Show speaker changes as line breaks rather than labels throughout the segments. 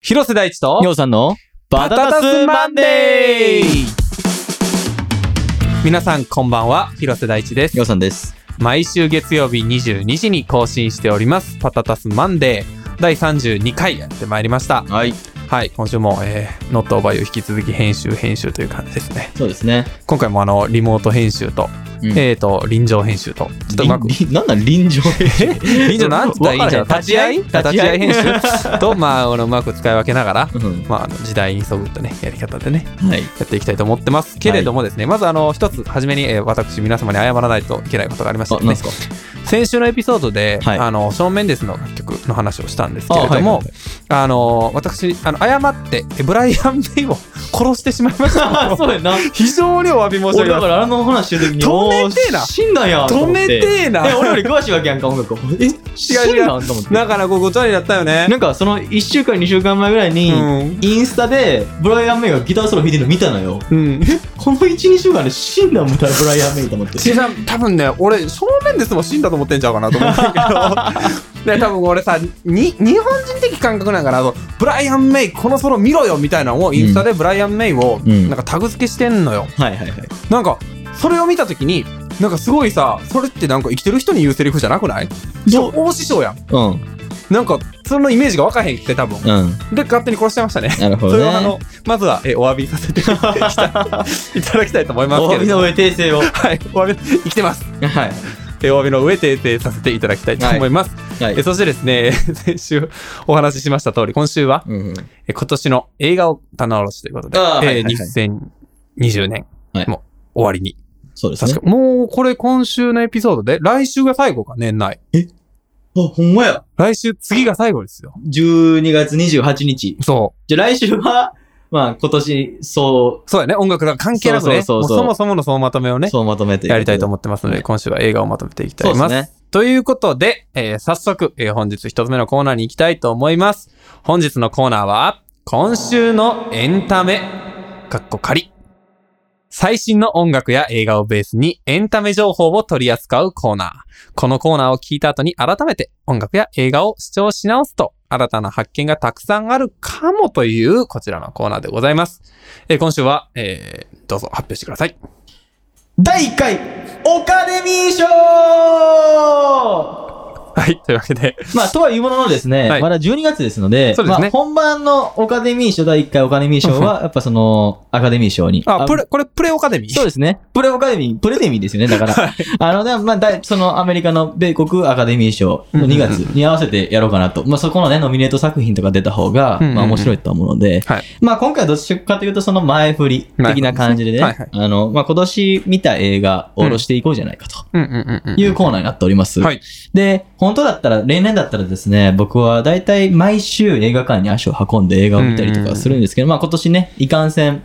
広瀬大地と
にょうさんのバタタスマンデー
皆さんこんばんは広瀬大地です
にょうさんです。
毎週月曜日22時に更新しておりますパタタスマンデー第32回やってまいりました
はい。
はい今週も、えー、ノットオーバーユー引き続き編集編集という感じですね
そうですね。
今回もあのリモート編集と、
うん
えーと臨場編集とちょっとうまく
りんなんなん臨場編集
臨場なんつったらいいんじゃない
わ
立ち合い立
立
ち
ち
合
合
い
い
編集とまああのうまく使い分けながら
うん
まあ、あの時代にそぐったねやり方でね
はい。
やっていきたいと思ってますけれどもですね、まずあの一つ初めに、えー私皆様に謝らないといけないことがありました
あ、
よ
なん
ね
すか
先週のエピソードで、
はい
あの正面ですの楽曲の話をしたんですけれどもあ,、
あはいはいはい
の私あの誤ってえブライアン・メイを殺してしまいまし
あ、
た
そうやな。
非常にお詫び申し上
俺
げ
だ
ま
か
す
らあの話してる時に、
止めてえな
おー死んだんやんと
止
思って。
めてえな
え、俺より詳しいわけやんか、音楽。え、死んだんと思って。
だからここチャレだったよね
なんかその1週間2週間前ぐらいに、
うん
インスタでブライアン・メイがギターソロ弾いてるの見たのよ。
うん
この1、2週間で死んだもんだ、ブライアン・メイと思って。
しさん多分ね俺正面ですも死んだと思ってんちゃうかなと思うんだけ どね多分俺さに日本人的感覚なんかなあのブライアン・メイこのソロ見ろよみたいなのをインスタでブライアン・メイを
うん
なんかタグ付けしてんのよ、
はいはいはい。
なんかそれを見た時になんかすごいさそれってなんか生きてる人に言うセリフじゃなくない
そう
大師匠やん
うん。
なんかそのイメージが分かへんって多分
うん。
で勝手に殺しちゃいましたね
なるほ
そ
ど
れ
ね。
をあ のまずはえお詫びさせていただきたいと思います
お
けれ
詫び
ど
の
も
上訂正を。は
はいお詫び生きてます
い。
えお詫びの上訂正させていただきたいと思います、
はい
え。そしてですね 先週お話ししました通り今週は
うん。
え今年の映画を棚卸しということで、
あーはい
えー
はい
2020年
はい
もう終わりに、
そうですね
確。かもうこれ今週のエピソードで来週が最後か年内
あ、ほんまや。
来週次が最後ですよ
12月28日。
そ
じゃあ来週は、まあ今年、そう
そうやね音楽が関係なくね
そうそうそうそう
もうそもそもの総まとめを
う、
ね
そうまとめて
やりたいと
思
思ってますので、
ね
今週は映画をまとめていきたい
そ
と
う
思い
で
ます
すね。
ということで、えー早速、えー本日一つ目のコーナーに行きたいと思います。本日のコーナーは、今週のエンタメ、かっこ仮。最新の音楽や映画をベースにエンタメ情報を取り扱うコーナー。このコーナーを聞いた後に改めて音楽や映画を視聴し直すと新たな発見がたくさんあるかもというこちらのコーナーでございます。えー今週は、えーどうぞ発表してください。
第1回、オカデミー賞
はい、というわけで、
まあ、とはいうもののですね、
はい
まだ12月ですので、
そうですね
まあ、本番のオカデミー賞、第1回オカデミー賞は、やっぱその、アカデミー賞に。
あ、プレ、これプレオカデミー
そうですね。プレオカデミー、プレデミーですよね。だ から、あの、でまあ、だいそのアメリカの米国アカデミー賞の2月に合わせてやろうかなと。まあ、そこのね、ノミネート作品とか出た方が、
うんうんうん
まあ、面白いと思うので、
はい
まあ、今回はどっちかというと、その前振り的な感じでね、
前振りです
あの、まあ、今年見た映画を下ろしていこうじゃないかと。
うんうんうんうん。
いうコーナーになっております。
はい
で、本当だったら、例年だったらですね、僕は大体毎週映画館に足を運んで映画を見たりとかするんですけど、まあ今年ね、いかんせん、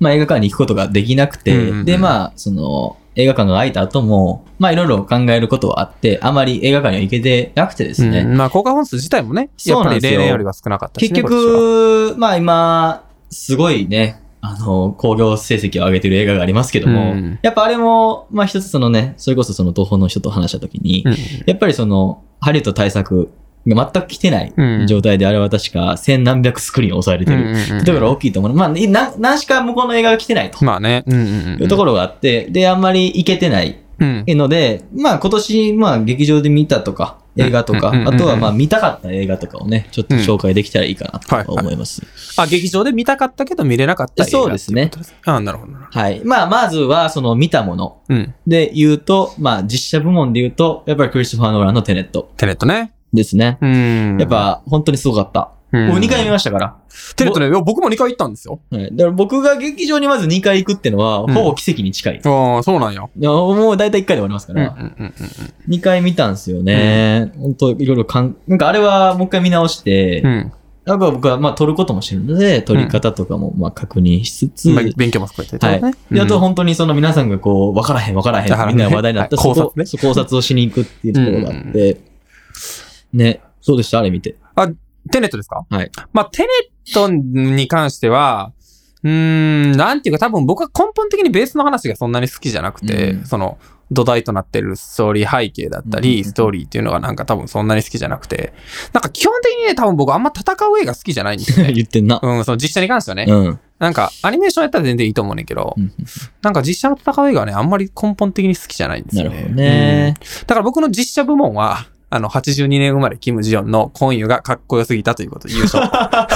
まあ映画館に行くことができなくて、
うんうんうん
で、まあ、その、映画館が開いた後も、まあいろいろ考えることはあって、あまり映画館には行けてなくてですね、
うんまあ、効果本数自体もね、や
そう
っぱ
なん
り
ですよ
例年よりは少なかったし、
結
ね、今年は、
局、まあ今、すごいね、あの、興行成績を上げてる映画がありますけども、
うん
やっぱあれも、まあ一つそのね、それこそその東宝の人と話した時に、やっぱりその、ハリウッド対策が全く来てない
うん
状態で、あれは確か千何百スクリーンを抑えれて
うん、
る。
うんうんうん
だから大きいと思う。まあ、いな何しか向こうの映画が来てないと。
まあね、うんうん
いうところがあって、で、あんまり行けてない
うんうん
ので、まあ今年、まあ劇場で見たとか、映画とか、
うんうんうんうん
あとはまあ見たかった映画映画とかをね、ちょっと紹介できたらいいかなと思います。
あ、劇場で見たかったけど見れなかった映画
そうですね
っていうことですあ、なるほどなるほ
はい。まあまずはその見たもの
ど。うん。
で言うと、まあ実写部門で言うと、やっぱりクリストファー・ノーランのテネット
テネットね。
ですね。
うん。
やっ、ぱ本当にすごかった。
うん
もう2回見ましたから。
テネットね、いや僕も2回行ったんですよ。
はい、だから僕が劇場にまず2回行くってのは、
ん
ほぼ奇跡に近い。
ああ、そうなんや。
いやもう大体1回で終わりますか
うんうん
ら、
うん
2回見たんですよね。本当いろいろかん、なんかあれはもう一回見直して
う、ん。
なんか僕はまあ撮ることもしてるので、撮り方とかもまあ確認しつつ、
うんまあ。勉強も含めてってことね。
はい。であと
うん、
本当にその皆さんがこう、わからへんわからへ
だから
ん、
ね
みんな話題になった、
はい考
そこ
察ね
そう考察をしに行くっていうところがあって、ね、そうでしたあれ見て。
テネットですか
はい。
まあ、テネットに関しては、うーん、なんていうか多分僕は根本的にベースの話がそんなに好きじゃなくて、
うん
その土台となってるストーリー背景だったり、
うん
ストーリーっていうのがなんか多分そんなに好きじゃなくて、なんか基本的にね、多分僕あんま戦う映画好きじゃないんですよ ね。
言ってんな。
うん、その実写に関してはね。
うん。
なんかアニメーションやったら全然いいと思うねんけど、
うん
なんか実写の戦う映画はね、あんまり根本的に好きじゃないんです
な
よ
る
ね。
ほどね。
うんだから僕の実写部門は、あの、82年生まれ、キム・ジヨンの婚友がかっこよすぎたということ、優 勝。あ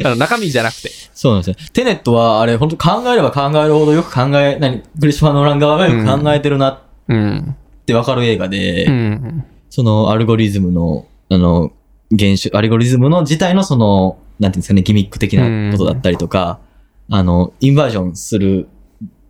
の中身じゃなくて。
そうなんですよ。テネットは、あれ、本当考えれば考えるほどよく考え、何、クリスファー・ノーラン側がよく考えてるなっ
うん。
てわかる映画で、
うん。
そのアルゴリズムの、あの、原種、アルゴリズムの自体のその、なんていうんですかね、ギミック的なことだったりとか、あの、インバージョンする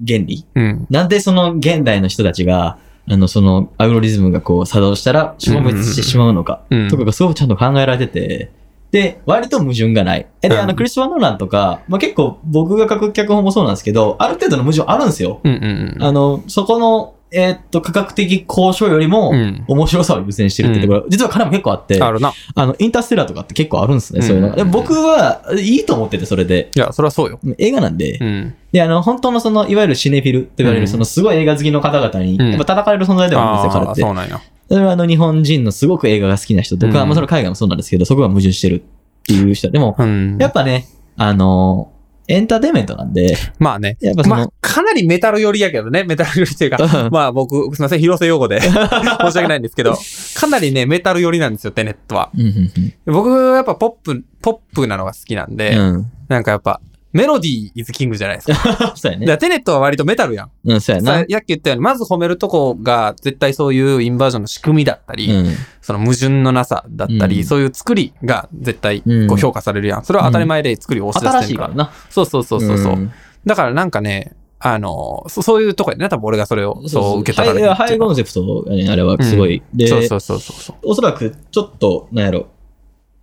原理。
うん。
なんでその現代の人たちが、あの、そのアルゴリズムがこう作動したら消滅してしまうのか、
うん
とかがすごくちゃんと考えられてて、で、割と矛盾がない。えで、あ
うん
の、クリストファー・ノーランとか、まあ、結構僕が書く脚本もそうなんですけど、ある程度の矛盾あるんですよ。
うんうん
あの、そこの、えーっと、科学的交渉よりも、
うん。
面白さを優先してるってところ、実は彼も結構あって、
あ
あ
るな。
の、インターステラーとかって結構あるんですね、そういうのが。で
うん
僕はいいと思ってて、それで。
いや、それはそうよ。
映画なんで、
うん。
で、あの、本当のその、いわゆるシネフィルと言われ
うん
る、そのすごい映画好きの方々に、
うん
やっぱ叩かれる存在ではあるんですよ、彼
あ
っ
あ、
て。
そうなんや。
それはあの日本人のすごく映画が好きな人とか、
うん
まあそれは海外もそうなんですけど、そこが矛盾してるっていう人。でも、
うん
や。っぱね、あのーエンターテインメントなんで、
まあね。
やっぱその、
まあ、かなりメタル寄りやけどね。メタル寄りっていうか、
うん
まあ僕、すいません、広瀬用語で申し訳ないんですけど、かなりね、メタル寄りなんですよ、テネットは。
うんうん
僕、やっぱポップ、ポップなのが好きなんで、
うん。うん。
なんかやっぱ、メロディーイズキングじゃないですか。
そ
だ
うや
か
ね。
らテネットは割とメタルやん。
うん、そうやな。
さ
う
やっき言ったように、まず褒めるとこが、絶対そういうインバージョンの仕組みだったり、
ん。
その矛盾のなさだったり、
うん
そういう作りが絶対
うん
こう評価されるやん。それは当たり前で作りを押し出
新
して
しい
るか。
かららな。
そうそうそうそう。うんだからなんかね、あのそ、そういうとこやね。多分俺がそれをそう受け取られる
ハイ
って
ハ
い
イ
うの
コ
は。
ンセプトやね、あれはすごい。で、
そうそうそうそう。
おそらくちょっと、なんやろ。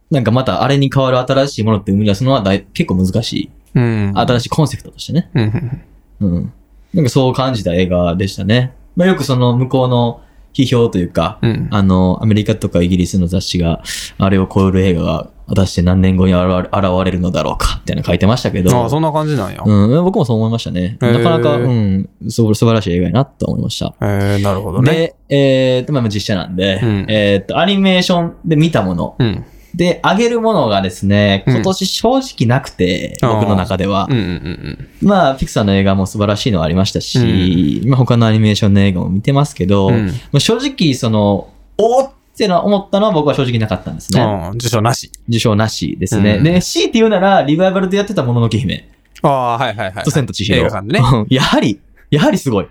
なんかまたあれに変わる新しいものって生み出すのはだい結構難しい。
うん。
新しいコンセプトとしてね。
うんうん
うん。なんかそう感じた映画でしたね。まあよくその向こうの批評というか、
うん。
あの、アメリカとかイギリスの雑誌が、あれを超える映画が、果たして何年後に現れ現れるのだろうか、みたいなの書いてましたけど、
ああ、そんな感じなんや。
うん、僕もそう思いましたね。
へー
なかなか、うん、そう素晴らしい映画やなと思いました。
えー、なるほどね。
で、えーっと、まあまあ実写なんで、
うん
えーっと、アニメーションで見たもの、
うん。
で、あげるものがですね、
うん
今年正直なくて、
あー
僕の中では
うんう。んうん
まあ、ピクサーの映画も素晴らしいのはありましたし、まあ他のアニメーションの映画も見てますけど、
うん。
まあ正直、その、おーってのは思ったのは僕は正直なかったんですね。
うん。受賞なし。
受賞なしですね。
うん
で、強いて言うなら、リバイバルでやってたもののけ姫
ああ、はいはいはい
と。千と千尋。
映画館でね
うんやはり、やはりす ごい。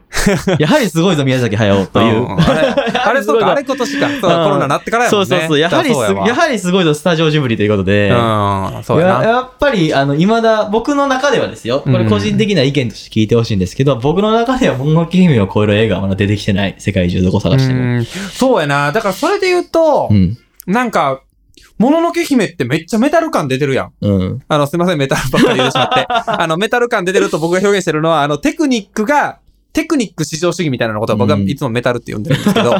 やはりすごいぞ、宮崎駿とい
ん
う。
んあれ、あれそうか、あれ今年か。そうだ
うん
コロナなってからやもん
そう
ね。
そうそう。やはりす、
そうわ
やはりすごいぞ、スタジオジブリということで。
うん、そうや
や
な。
やっぱり、あの、未だ、僕の中ではですよ。こ
う
れ
ん
個人的な意見として聞いてほしいんですけど、僕の中では、もののけ姫を超える映画はまだ出てきてない。世界中どこ探しても。
うんそうやな。だからそれで言うと
う、ん。
なんか、もののけ姫ってめっちゃメタル感出てるやん。
うん。
あの、すいません、メタルばっかり言ってしま って。あの、メタル感出てると僕が表現してるのは、あの、テクニックが、テクニック至上主義みたいなのことは僕は
うん
いつもメタルって呼んでるんですけ ど、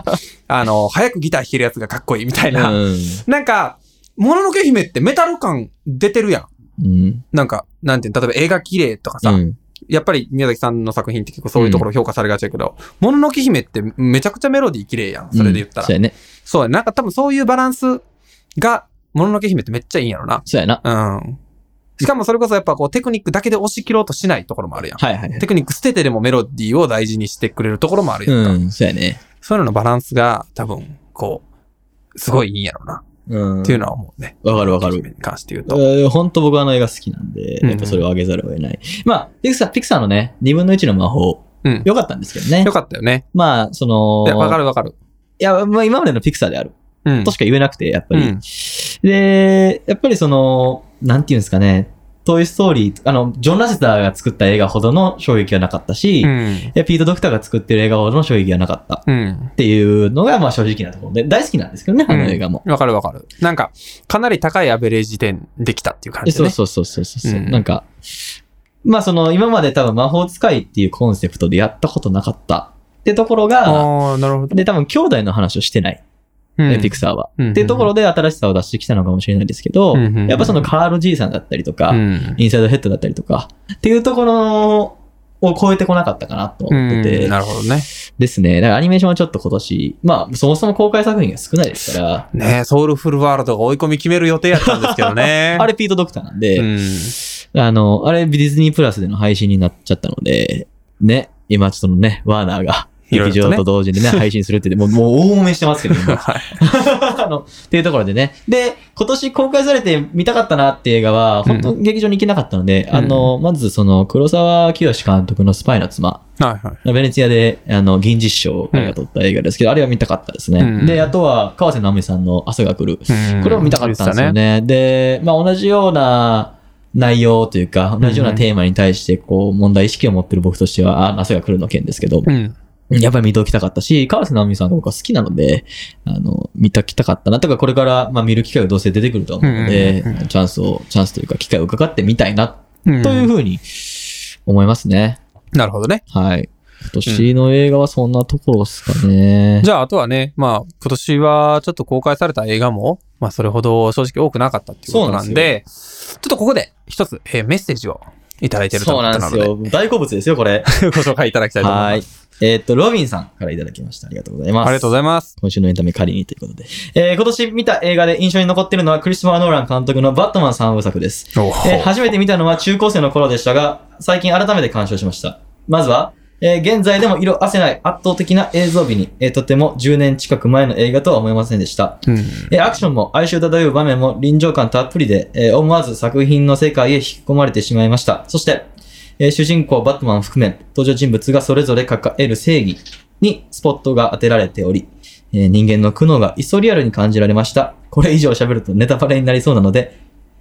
あの、早くギター弾けるやつがかっこいいみたいな。なんか、もののけ姫ってメタル感出てるやん。
うん。
なんか、なんていうの例えば映画綺麗とかさ、
うん。
やっぱり宮崎さんの作品って結構そういうところ評価されがちだけど、もののけ姫ってめちゃくちゃメロディー綺麗やん。それで言ったら。
そうやね。
そうや、なんか多分そういうバランスが、もののけ姫ってめっちゃいいんやろな。
そうやな。
うん。しかもそれこそやっぱこうテクニックだけで押し切ろうとしないところもあるやん。
はいはいはい。
テクニック捨ててでもメロディーを大事にしてくれるところもあるやんか。
うん、そうやね。
そういうののバランスが多分、こう、すごいいいんやろな。
うん。
っていうのは思うね。
わかるわかる。
に関して言うと。
えー本当僕はあの映画好きなんで、
うん
やっぱそれを上げざるを得ない。まあ、ピクサー、ピクサーのね、2分の1の魔法、
うん
良かったんですけどね
よ。かったよね。
まあ、その、
いやわか
る。
るわかる。
いや、まあ今までのピクサーである
うん
と。しか言えなくて、やっぱ
う
り。
ん。
で、やっぱりその、なんていうんですかね、トイストーリー、あの、ジョン・ラセターが作った映画ほどの衝撃はなかったし、
うん。
えピート・ドクターが作ってる映画ほどの衝撃はなかった
うん。
っていうのが、まあ正直なところで、大好きなんですけどね、あの映画も。
わかるわかる。なんか、かなり高いアベレージ点できたっていう感じで
そう
ね。
そうそうそうそう、
うん
なんか、まあその今まで多分魔法使いっていうコンセプトでやったことなかったってところが、
ああ、なるほど。
で多分兄弟の話をしてない。
うん
えピクサーは。
うん
っていうところで新しさを出してきたのかもしれないですけど、
うんうんうん
やっぱそのカール爺さんだったりとか、
うん
インサイドヘッドだったりとか、っていうところを超えてこなかったかなと思ってて、
うんなるほどね。
ですね。だからアニメーションはちょっと今年、まあ、そもそも公開作品が少ないですから、
ねソウルフルワールドが追い込み決める予定やったんですけど ね。
あれピートドクターなんで、
うん。
あの、あれディズニープラスでの配信になっちゃったので、ね、今ちょっとね、ワーナーが、
いろい
劇
ろとね
場と同時にね、配信するって言って、もう、もう大揉めしてますけど、 今あの、っていうところでね。で、今年公開されて見たかったなって映画は、本当劇場に行けなかったので、
ん
あの、まずその、黒沢清監督のスパイの妻、
はいはい。
ベネツィアで、あの、銀実賞を彼が取った映画ですけど、あれは見たかったですね。
うん
で、あとは、川瀬直美さんの朝が来る。
うん
これも見たかったんです
言
よ
って
ね。で、まあ同じような内容というか、同じようなテーマに対して、こう、問題意識を持ってる僕としては、あ、朝が来るの件ですけど
た、ね。
やっぱり見ておきたかったし、川瀬直美さんが僕は好きなので、あの、見たきたかったな。とか、これから、まあ見る機会がどうせ出てくると思うので、チャンスを、チャンスというか、機会を伺ってみたいな、
うん。うん
というふうに思いますね。
なるほどね。
はい。今年の映画はそんなところですかね。
じゃあ、あとはね、まあ、今年はちょっと公開された映画も、まあ、それほど正直多くなかったっていうことなんで、
そうな
ちょっとここで一つ、えーメッセージをいただいてるという
そう
こと
なんで
な
す
ので、
よ。大好物ですよ、これ。
ご紹介いただきたいと思います。
はい。えーっと、ロビンさんからいただきました。ありがとうございます。
ありがとうご
います。
ざいます。
今週のエンタメ仮にということで。えー今年見た映画で印象に残ってるのはクリストファー・ノーラン監督のバットマン3部作です。
お
えー初めて見たのは中高生の頃でしたが、最近改めて鑑賞しました。まずは、えー現在でも色あせない圧倒的な映像美に、えーとても10年近く前の映画とは思えませんでした。
うん
えーアクションも哀愁漂う場面も臨場感たっぷりで、えー思わず作品の世界へ引き込まれてしまいました。そして、えー主人公バットマンを含め、登場人物がそれぞれ抱える正義にスポットが当てられており、えー人間の苦悩が一層リアルに感じられました。これ以上喋るとネタバレになりそうなので、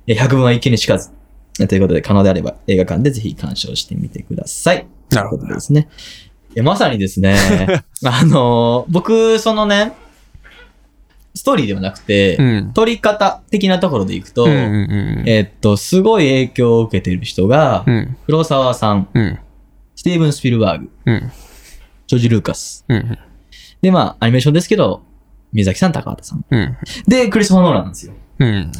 えー百聞は一見にしかず。えーということで、可能であれば映画館でぜひ鑑賞してみてください。
なるほど
ということですね。いや、まさにで すね、あのー僕、そのね、ストーリーではなくて、
うん。
撮り方的なところでいくと、
うんうんうん
えっと、すごい影響を受けてる人が、
うん。
黒沢さん、
うん。
スティーブン・スピルバーグ、
うん。
ジョージ・ルーカス。
うん。
で、まあ、アニメーションですけど、水崎さん、高畑さん。
うん。
で、クリス・フォー・ノーランなんですよ。
うん。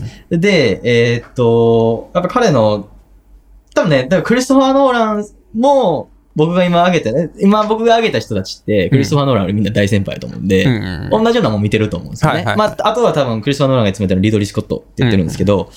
で、えーっと、やっぱ彼の、多分ね、多分クリストファー・ノーランも、僕が今挙げたね、今僕が挙げた人たちって、クリストファー・ノーランよりみんな大先輩だと思うんで、
うん
同じようなもん見てると思うんですよね。
はいはい
まあ、あとは多分クリストファー・ノーランがいつもやってるリドリー・スコットって言ってるんですけど、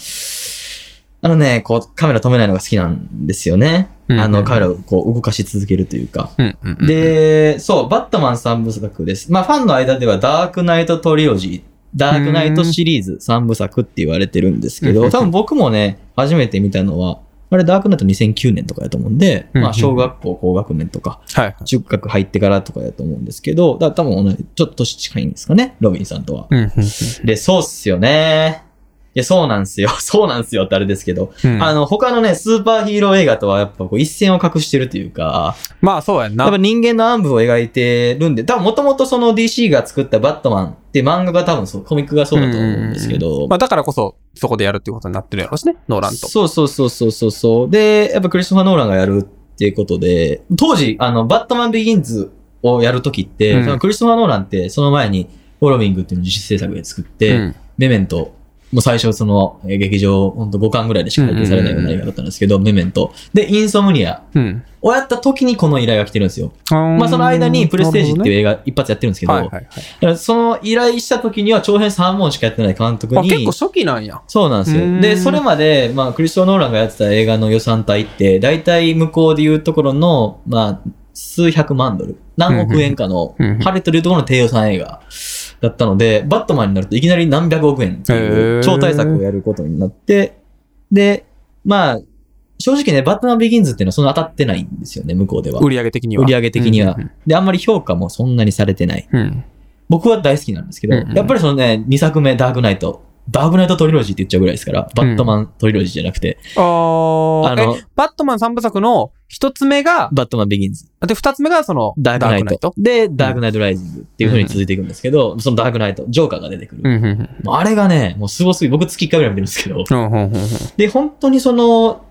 あのね、こう、カメラ止めないのが好きなんですよね。
うん
あの、カメラをこう動かし続けるというか。
うんうん。
で、そう、バットマン3部作です。まあ、ファンの間ではダークナイトトリオジー、ダークナイトシリーズ3部作って言われてるんですけ
うん
ど、多分僕もね、初めて見たのは、あれダークナイト2009年とかやと思うんで、
うん
まあ、小学校高学年とか、
はいはい。
中学入ってからとかやと思うんですけど、だから多分同じ、ちょっと年近いんですかね、ロビンさ んとは。
うんうん
で、そうっすよね。いや、そうなんすよ。 そうなんすよってあれですけど、
うん
あの、他のね、スーパーヒーロー映画とはやっぱこう一線を画してるというか、
まあ、そうやん
やっぱ
な。
人間の暗部を描いてるんで、多分もともとその DC が作ったバットマンって漫画が多分そう、コミックがそうだと思うんですけど、
まあ、だからこそ、そこでやるっていうことになってるやろうしね、ノーランと。
そうそうそうそうそうそう。で、やっぱクリストファー・ノーランがやるっていうことで、当時、あの、バットマン・ビギンズをやるときって、
うん
そのクリストファー・ノーランってその前に、フォロウィングっていうのを自主制作で作って、
うん
メメント、もう最初そのえー劇場、ほんと5巻ぐらいでしか配定されないような映画だったんですけど、メメント。で、インソムニア
うん。
をやった時にこの依頼が来てるんですよ。
ま
まあその間にプレステージっていう映画一発やってるんですけど、
はいはいはい。
だからその依頼した時には長編3本しかやってない監督
あ
に、
結構初期なんや。
そうなんです
うー
よ。
ん
で、それまで、まあ、クリストファー・ノーランがやってた映画の予算帯って、大体向こうで言うところの、まあ、数百万ドル、何億円かの
うんうんうん、
ハリウッドでいうところの低予算映画だったので、バットマンになるといきなり何百億円ってい
へー
う超大作をやることになって、で、まあ、正直ね、バットマンビギンズっていうのはそんな当たってないんですよね、向こうでは。
売り上げ的には。
売り上げ的には
うん。
で、あんまり評価もそんなにされてない。
うんうん。
僕は大好きなんですけど、
うんうん
やっぱりそのね、2作目、ダークナイト。ダークナイトトリロジーって言っちゃうぐらいですから、バットマントリロジーじゃなくて、
あー
あの
えバットマン三部作の一つ目が、
バットマンビギンズ、
で、二つ目がその、
ダークナイト。で、ダークナイトライジングっていう風に続いていくんですけど、そのダークナイト、ジョーカーが出てくる。
うんうんうん。
もうあれがね、もうすごすぎ、僕月1回ぐらい見てるんですけど、
うんうんうんうん
で、本当にその、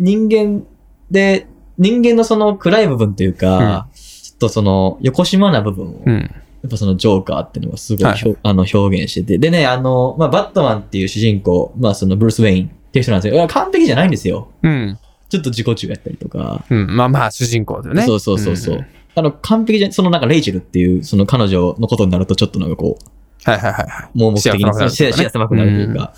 人間で、人間のその暗い部分というか、ちょっとその、横島な部分を
うん。
やっぱそのジョーカーっていうのがすごい、
はい
ひょあの表現してて。でね、あの、まあ、バットマンっていう主人公、まあ、そのブルース・ウェインっていう人なんですけど、完璧じゃないんですよ。
うん。
ちょっと自己中やったりとか。
うん。まあまあ、主人公だよね。
そうそうそうそう。
ん
あの、完璧じゃ、そのなんかレイチェルっていう、その彼女のことになるとちょっとなんかこう、
はいはいはいはい。
盲目的に、
視野
視野
が
狭
狭
く
く
な
な
る
ると
と
いうう
い
かね
か。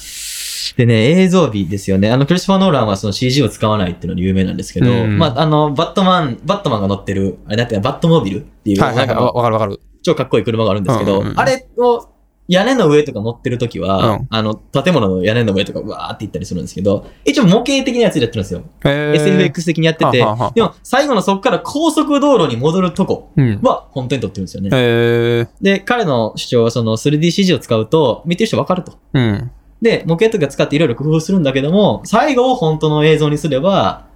でね、映像美ですよね。あの、クリストファー・ノーランはその CG を使わないっていうので有名なんですけど、
うん
まあ、あの、バットマン、バットマンが乗ってる、あれだってバットモービルっていう、
はいはい
な
はい。
んか
わわかるわかる。
超かっこいい車があるんですけ
う
ど、
んうんうん
あれを屋根の上とか乗ってるときは、
うん
あの、建物の屋根の上とかわーって行ったりするんですけど、一応模型的なやつでやってるんですよ。
えー
SFX 的にやってて
はあはあはあ、
でも最後のそこから高速道路に戻るとこ
うん。
は本当に撮ってるんですよね。
えー
で、彼の主張はその 3DCG を使うと、見てる人わかると。
うん。
で、模型とか使っていろいろ工夫するんだけども、最後を本当の映像にすれば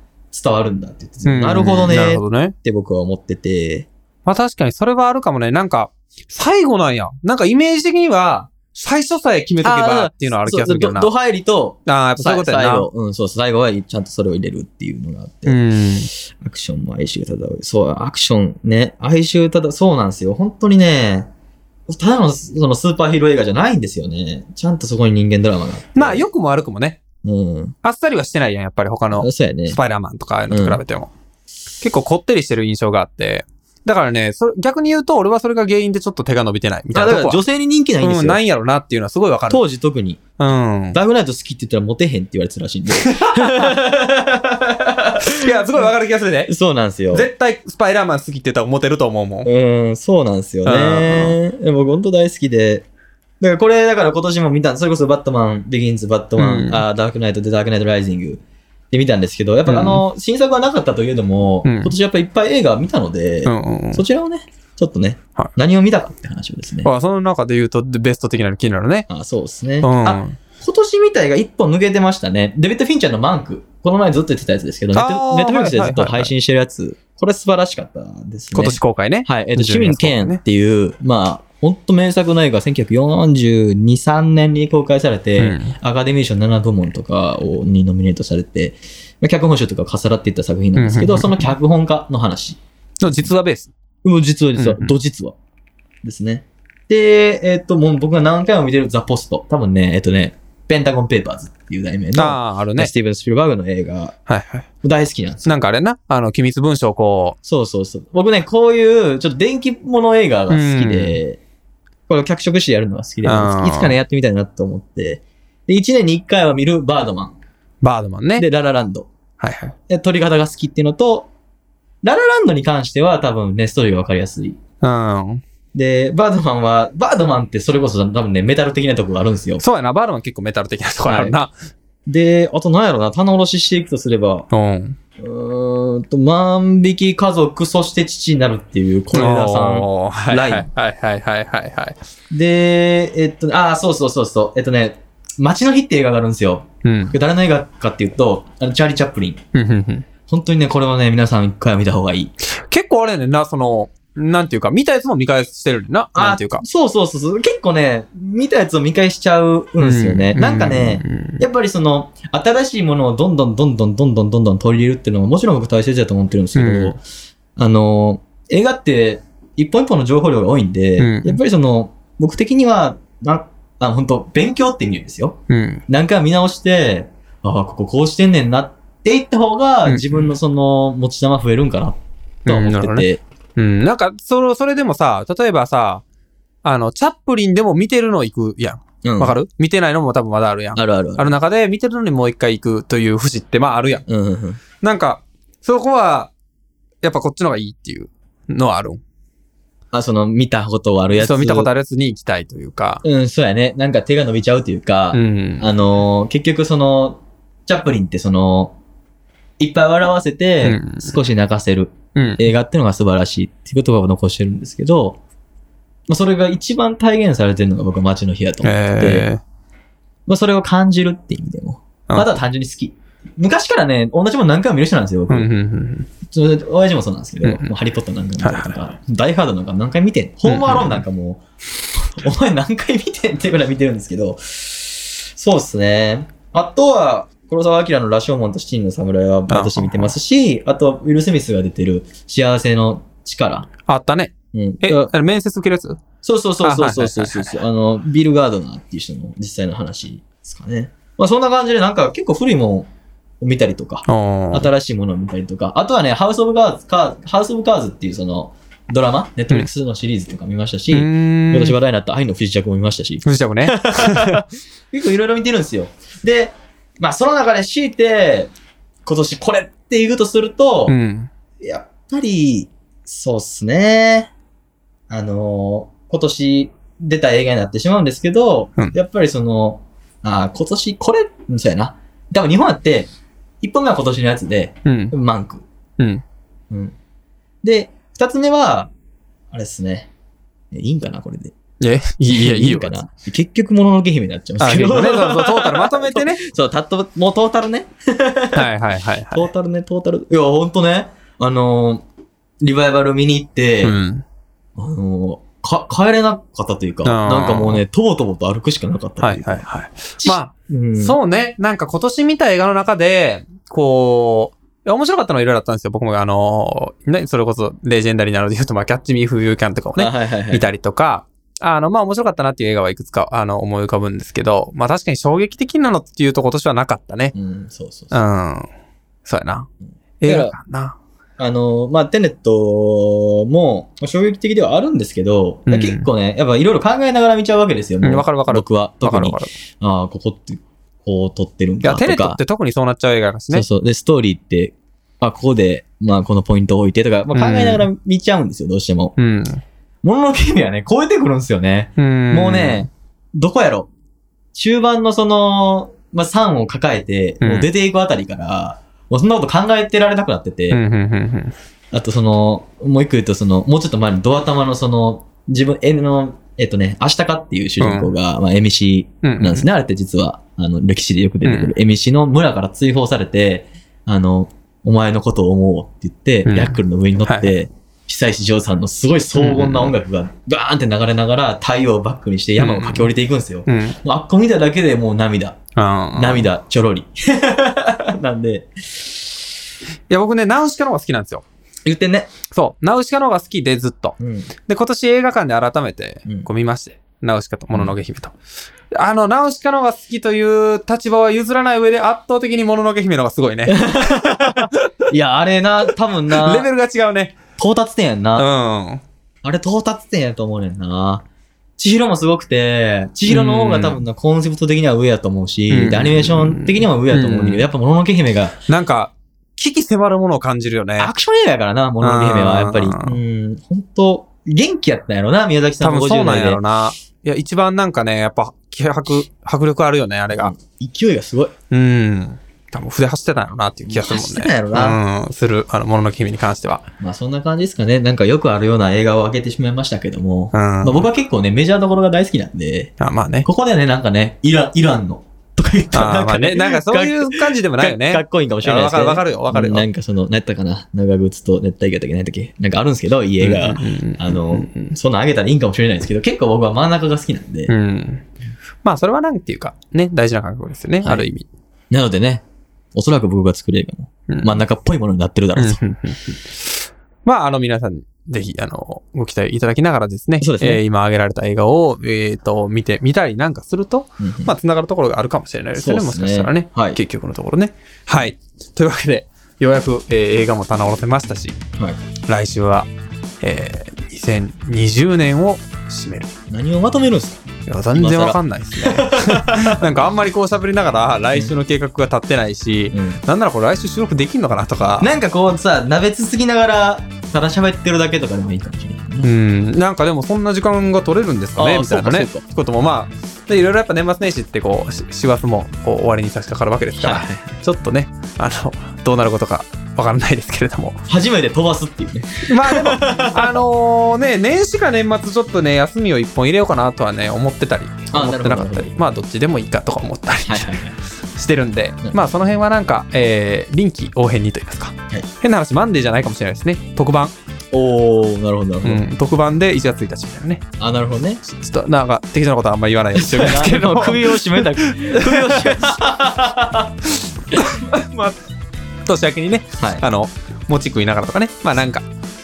伝わるんだって言ってて、
うん
なるほ
な
どね
るほどね
っ。て僕は思ってて、
まあ確かにそれはあるかもね。なんか、最後なんや。なんかイメージ的には、最初さえ決めとけばっていうのはある気がするけどな。
そうドド入りと
ああ、やっぱそういうことや
最
な。
後、うん、そう、最後はちゃんとそれを入れるっていうのがあって、
うん。
アクションも哀愁漂う。そう、アクションね、哀愁漂う、そうなんですよ。本当にね、ただのそのスーパーヒーロー映画じゃないんですよね。ちゃんとそこに人間ドラマがあって。
まあ、良くも悪くもね。
うん。
あっさりはしてないやん、やっぱり他の
そうやね
ス。パイダーマンとかああいうのと比べても。結構こってりしてる印象があって。だからね、それ逆に言うと、俺はそれが原因でちょっと手が伸びてないみた
あ
いな
だ
と
か
こは。
ら女性に人気ないんで
う
す
ん、
よ。
ないんやろなっていうのはすごいわかる。
当時特に。
うん。
ダークナイト好きって言ったらモテへんって言われてたら しいんで。
いや、すごいわかる気がするね。
そうなんですよ。
絶対スパイダーマン好きって言ったらモテると思うもん。
うん、そうなんですよね。でも僕ほんと大好きで。だからこれ、だから今年も見た、それこそバットマン、ビギンズ、バットマン、
うん
あーダークナイトでダークナイトライジングで見たんですけど、やっ
うん
ぱあの、新作はなかったといえども、
うん
今年やっぱいっぱい映画見たので、
うんうんうん。
そちらをね、ちょっとね、
はい
何を見たかって話をですね。
あその中で言うと、ベスト的なの気になるね。
あそうですね。
う
あ、
ん。
今年みたいが一本抜けてましたね。デビッド・フィンチャーのマンク。この前ずっと言ってたやつですけど、ネッ
あ
ト
ー
ネットフリックスでずっと
はいはいはいはい
配信してるやつ。これ素晴らしかったですね。
今年公開ね。
はい、えっ、と、市
12
民権っていう、まあ、ほんと名作の映画、1942、3年に公開されて、
うん
アカデミー賞7部門とかをにノミネートされて、まあ、脚本賞とか重なっていった作品なんですけど、
うんうんうん
その脚本家の話。
の実話ベース。
もう実は実は、
うんうん
ど実は。ですね。で、えっ、と、もう僕が何回も見てるザ・ポスト。多分ね、えっ、とね、ペンタゴン・ペーパーズっていう題名の、
ああ、あるね
ス。ティーブン・スピルバーグの映画、
はいはい。
大好きなんですよ
なんかあれな、あの、機密文書をこ
そうそうそう。僕ね、こういう、ちょっと電気物映画が好きで、これを脚色してやるのが好きで、い
あー
つかね、やってみたいなと思って、で、1年に1回は見るバードマ
う、バードマン
ン。
ね。
で、ララランド。
はいはい。
で、撮り方が好きっていうのと、ララランドに関しては多分ね、ストーリーがわかりやすい。
うん。
で、バードマンは、バードマンってそれこそ多分ね、メタル的なとこがあるんですよ。
そうやな、バードマン結構メタル的なところあるな。
で、あと何やろな、棚卸ししていくとすれば、
うん。
うーんと、万引き家族、そして父になるっていう、小枝さん
おーはい
ライン
はいはいはいはいはい。
で、えっと、ああ、そうそうそうそう。えっとね、街の日って映画があるんですよ。
うん
こ。れ誰の映画かっていうと、あの、チャーリー・チャップリン。
うんうんうん
本当にね、これはね、皆さん一回は見た方がいい。
結構あれやねんな、その、なんていうか、見たやつも見返してるな。
あー
なんていうか。
そうそうそうそう。結構ね、見たやつを見返しちゃうんですよね。
う
なんかね、、
うん
やっぱりその、新しいものをどんどんどんどんどんどんどんどん取り入れるっていうのももちろん僕大切だと思ってるんですけど、
うん
あの、映画って一本一本の情報量が多いんで、
うん
やっぱりその、僕的には、なあ本当勉強って意味ですよ。
うん。
何回も見直して、ああ、こここうしてんねんなって言った方が、
うん
自分のその持ち玉増えるんかなとは
うん
思
な
っ
る
て
ほど
て。
うん、なんか、その、それでもさ、例えばさ、あの、チャップリンでも見てるの行くやん。
うん
わかる見てないのも多分まだあるやん。
あるあるある。
ある中で、見てるのにもう一回行くという節って、まああるやん。
うんうんうん
なんか、そこは、やっぱこっちの方がいいっていうのはあるん。
あ、その見たことあるやつ。
そう、見たこと
あ
あるやつに行きたいというか。
る。うん、そうやね。なんか手が伸びちゃうというか、
うん。
あのー結局その、チャップリンってその、いっぱい笑わせて
う、ん
少し泣かせる
うん。
映画っていうのが素晴らしいっていう言葉を残してるんですけど、まあ、それが一番体現されてるのが僕は街の日やと思ってて、
え
まあ、それを感じるって意味でも。
うん
まだ単純に好き。昔からね、同じもの何回も見る人なんですよ、
ー。う
僕。
ん、うん、うん。
それで親父もそうなんですけど、
うんうん
もうハリーポッター何回も見たりとか、ダイハードなんか何回見てん、ホームアローンなんかもう、 お前何回見てんってぐらい見てるんですけど、そうですね。あとは、黒沢明の羅生門と七人の侍は毎年見てますし、あと、ウィル・スミスが出てる幸せの力。
あったね。
うん。
え、あれ面接受けるやつ
そうそうそうそうそうそうそうそう。あの、ビル・ガードナーっていう人の実際の話ですかね。まあそんな感じでなんか結構古いものを見たりとか、
おー
新しいものを見たりとか、あとはね、ハウス・オブ・ガーズ、カーハウス・オブ・カーズっていうそのドラマ、ネットフリックスのシリーズとか見ましたし、
うーん
今年話題になった愛の不時着も見ましたし、
藤田君ね。
結構いろいろ見てるんですよ。で、まあその中で強いて、今年これって言うとすると、
うん。
やっぱり、そうっすね。あのー、今年出た映画になってしまうんですけど、
うん
やっぱりその、あー今年これ、うんそうやな。多分日本だって、一本目は今年のやつで、
うん。
マンク。
うん。
うん。で、二つ目は、あれっすね。えいいんかな、これで。
え、いいいや、いいよ。
かな。結局、もののけ姫になっちゃうんで
あ、
す
いい
けど。
よね。そうそう、トータルまとめてね。
そう、たっと、もうトータルね。
はいはいはいは
トータルね、トータル。いや、ほんとね。あのーリバイバル見に行って、
い。うん。
あのーか、帰れなかったというか、
あー
なんかもうね、とぼとぼと歩くしかなかった
は
とい
いう
か。
はいはい。まあ、
うん
そうね。なんか今年見た映画の中で、こう、いや面白かったのはいろいろあったんですよ。僕もあの、ね、それこそレジェンダリーなので言うと、まあ、キャッチミー・フー・ユー・キャンとかを
あ
ね、
はいはいはい。
見たりとか、あの、まあ、面白かったなっていう映画はいくつか、あの、思い浮かぶんですけど、まあ、確かに衝撃的なのっていうと今年はなかったね。
うん、そうそう
う
そう。
ん。そうやな
うん。
映画かな。
あのーまあ、テネットも衝撃的ではあるんですけど、
うん
結構ね、やっぱいろいろ考えながら見ちゃうわけですよ。もう
うんわかるわかる
僕は。
わ
特
かる
に
わかる。い
ああ、ここって、こう撮ってるんだ
や、
とか。
テレットって特にそうなっちゃう映画だし
そ
ね
う。そう。で、ストーリーって、あ、ここで、まあ、このポイントを置いてとか、まあ、考えながら見ちゃうんですよ、どうしても。
うん。
もののけ姫はね、超えてくるんですよね。
うん。
もうね、どこやろ。中盤のその、まあ、3を抱えて、
うん
もう出ていくあたりから、もうそんなこと考えてられなくなってて、
うん、うん、うん、うん。
あとその、もう一個言うとその、もうちょっと前のドア玉のその、自分、えの、えっとね、アシタカっていう主人公が、まあ、エミシ
うんうん
なんですね。あれって実は、あの、歴史でよく出てくる、エミシの村から追放されて、あの、お前のことを思おうって言って、
うん
ヤックルの上に乗っ
は
て、久石譲さんのすごい荘厳な音楽がバーンって流れながら太陽をバックにして山を駆け下りていくんですよ。
うん。うん
もうあっこ見ただけでもう涙、涙ちょろり。 なんで、
いや、僕ね、ナウシカの方が好きなんですよ。
言ってね。
そう。ナウシカの方が好きでずっと。
うん。
で、今年映画館で改めて
うん
こう見まして。ナウシカと、もののけ姫と。あの、ナウシカの方が好きという立場は譲らない上で圧倒的にもののけ姫の方がすごいね。レ
いや、あれな、多分 な。
ベルが違うね。
到達点やん
う
な。
ん。
あれ到達点やと思うねんな。千尋もすごくて、千尋の方が多分な、コンセプト的には上やと思うし、
うん
でアニメーション的にも上やと思うんだけ
う
ど、
ん
やっぱもののけ姫が、
なんか、危機迫るものを感じるよね
ア。クション映画やからな、もののけ姫は、やっぱり。
あ
うん、ほんと、元気やったんやろな、宮崎さ
多
んの
分そう
50
なん
代
や
で
ろ。な。いや、一番なんかね、やっぱ、気迫、迫力あるよね、あれが。
勢いがすごい。
うん。多分筆走ってたんやろなっていう気がするもんね。
走ってたんやろな。
うん。する、あの、もののけ姫に関しては。
まあそんな感じですかね。なんかよくあるような映画を上げてしまいましたけども。
うん。
まあ僕は結構ね、メジャーどころが大好きなんで、
あまあね。
ここではね、なんかね、イラン、イランの、とか言ったら
あ
な
ー
ん
まあ
か
ね、
ね、
なんかそういうう感じでもないよね。
かかっこいいかもしれない
あ
で
わかるわ
すね。
かるよ、わかるよ。
なんかその、何やったかな長靴と熱帯魚だっけ何やったっけなんかあるんですけど、いい映画。
うんうんうんうん
あの
うんうん
そんなんあげたらいいんかもしれないですけど、結構僕は真ん中が好きなんで。
うん。まあ、それはなんていうか、ね、大事な感覚ですよね、
はい
ある意味。
なのでね、おそらく僕が作る映画も
うん
真ん中っぽいものになってるだろうと。
うんうんうん まあ、あの、皆さん、ぜひ、あの、ご期待いただきながらですね、
そうですね
えー今挙げられた映画を、えっ、と、見てみたりなんかすると、
うんうん
まあ、つながるところがあるかもしれないですよね、
そう
も
で
し
すね
かしたらね、
はい
結局のところね。はい。というわけで、ようやく、えー映画も棚卸せましたし、
はい
来週は、えー2020年を締める。
何をまとめるんですか
いや全然わかんないですね。 なんかあんまりこう喋りながら来週の計画が立ってないし、なんならこれ来週収録できんのかなとか、
なんかこうさ、鍋つつきながら、ただ喋ってるだけとかでもいいかもしれないね、
うん、なんかでもそんな時間が取れるんですかね
あー
みたいなね
そうかそう、
こともまあ、でいろいろやっぱ年末年始ってこう、し師走もこう終わりに差し掛かるわけですから、
はい
ちょっとね、あの、どうなることかわからないですけれども。
初めて飛ばすっていうね。
まあでも、あのね、年始か年末ちょっとね、休みを一本入れようかなとはね、思ってたり、
あ
思ってなかっ
な
た
るほ
り、まあどっちでもいいかとか思ったり。
はいはいはい。
してるんで、
ん
まあその辺はなんか、えー臨機応変にと言いますか、
い
変な話マンデーじゃないかもしれないですね特番、
おー、なるほどなる
う
ほど。
ん、特番で1月1日みたいなね
あ、なるほど ね。
ちょっとなんか適当なことはあんまり言わないようにしておきますけ れども
首を絞めた。首を絞めた。
まあ年明けにね
は
あの餅食いながらとかねまあなんか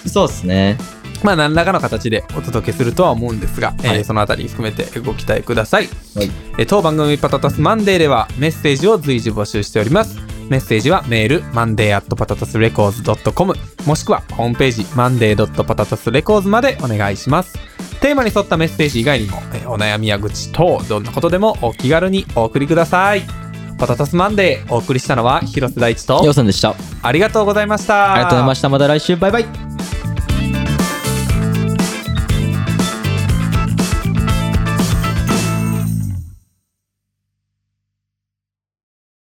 い。そうですね。
まあ、何らかの形でお届けするとは思うんですが、えー
はい
そのあたり含めてご期待ください。
はい
えー当番組パタタスマンデーではメッセージを随時募集しております。メッセージはメール monday.patatasrecords.com もしくはホームページ monday.patatasrecords までお願いします。テーマに沿ったメッセージ以外にも、えーお悩みや愚痴等、どんなことでもお気軽にお送りください。パタタスマンデーお送りしたのは広瀬大地と
ようさんでした。あり
ありがとうございました。
がとうございました。また来週、バイバイ。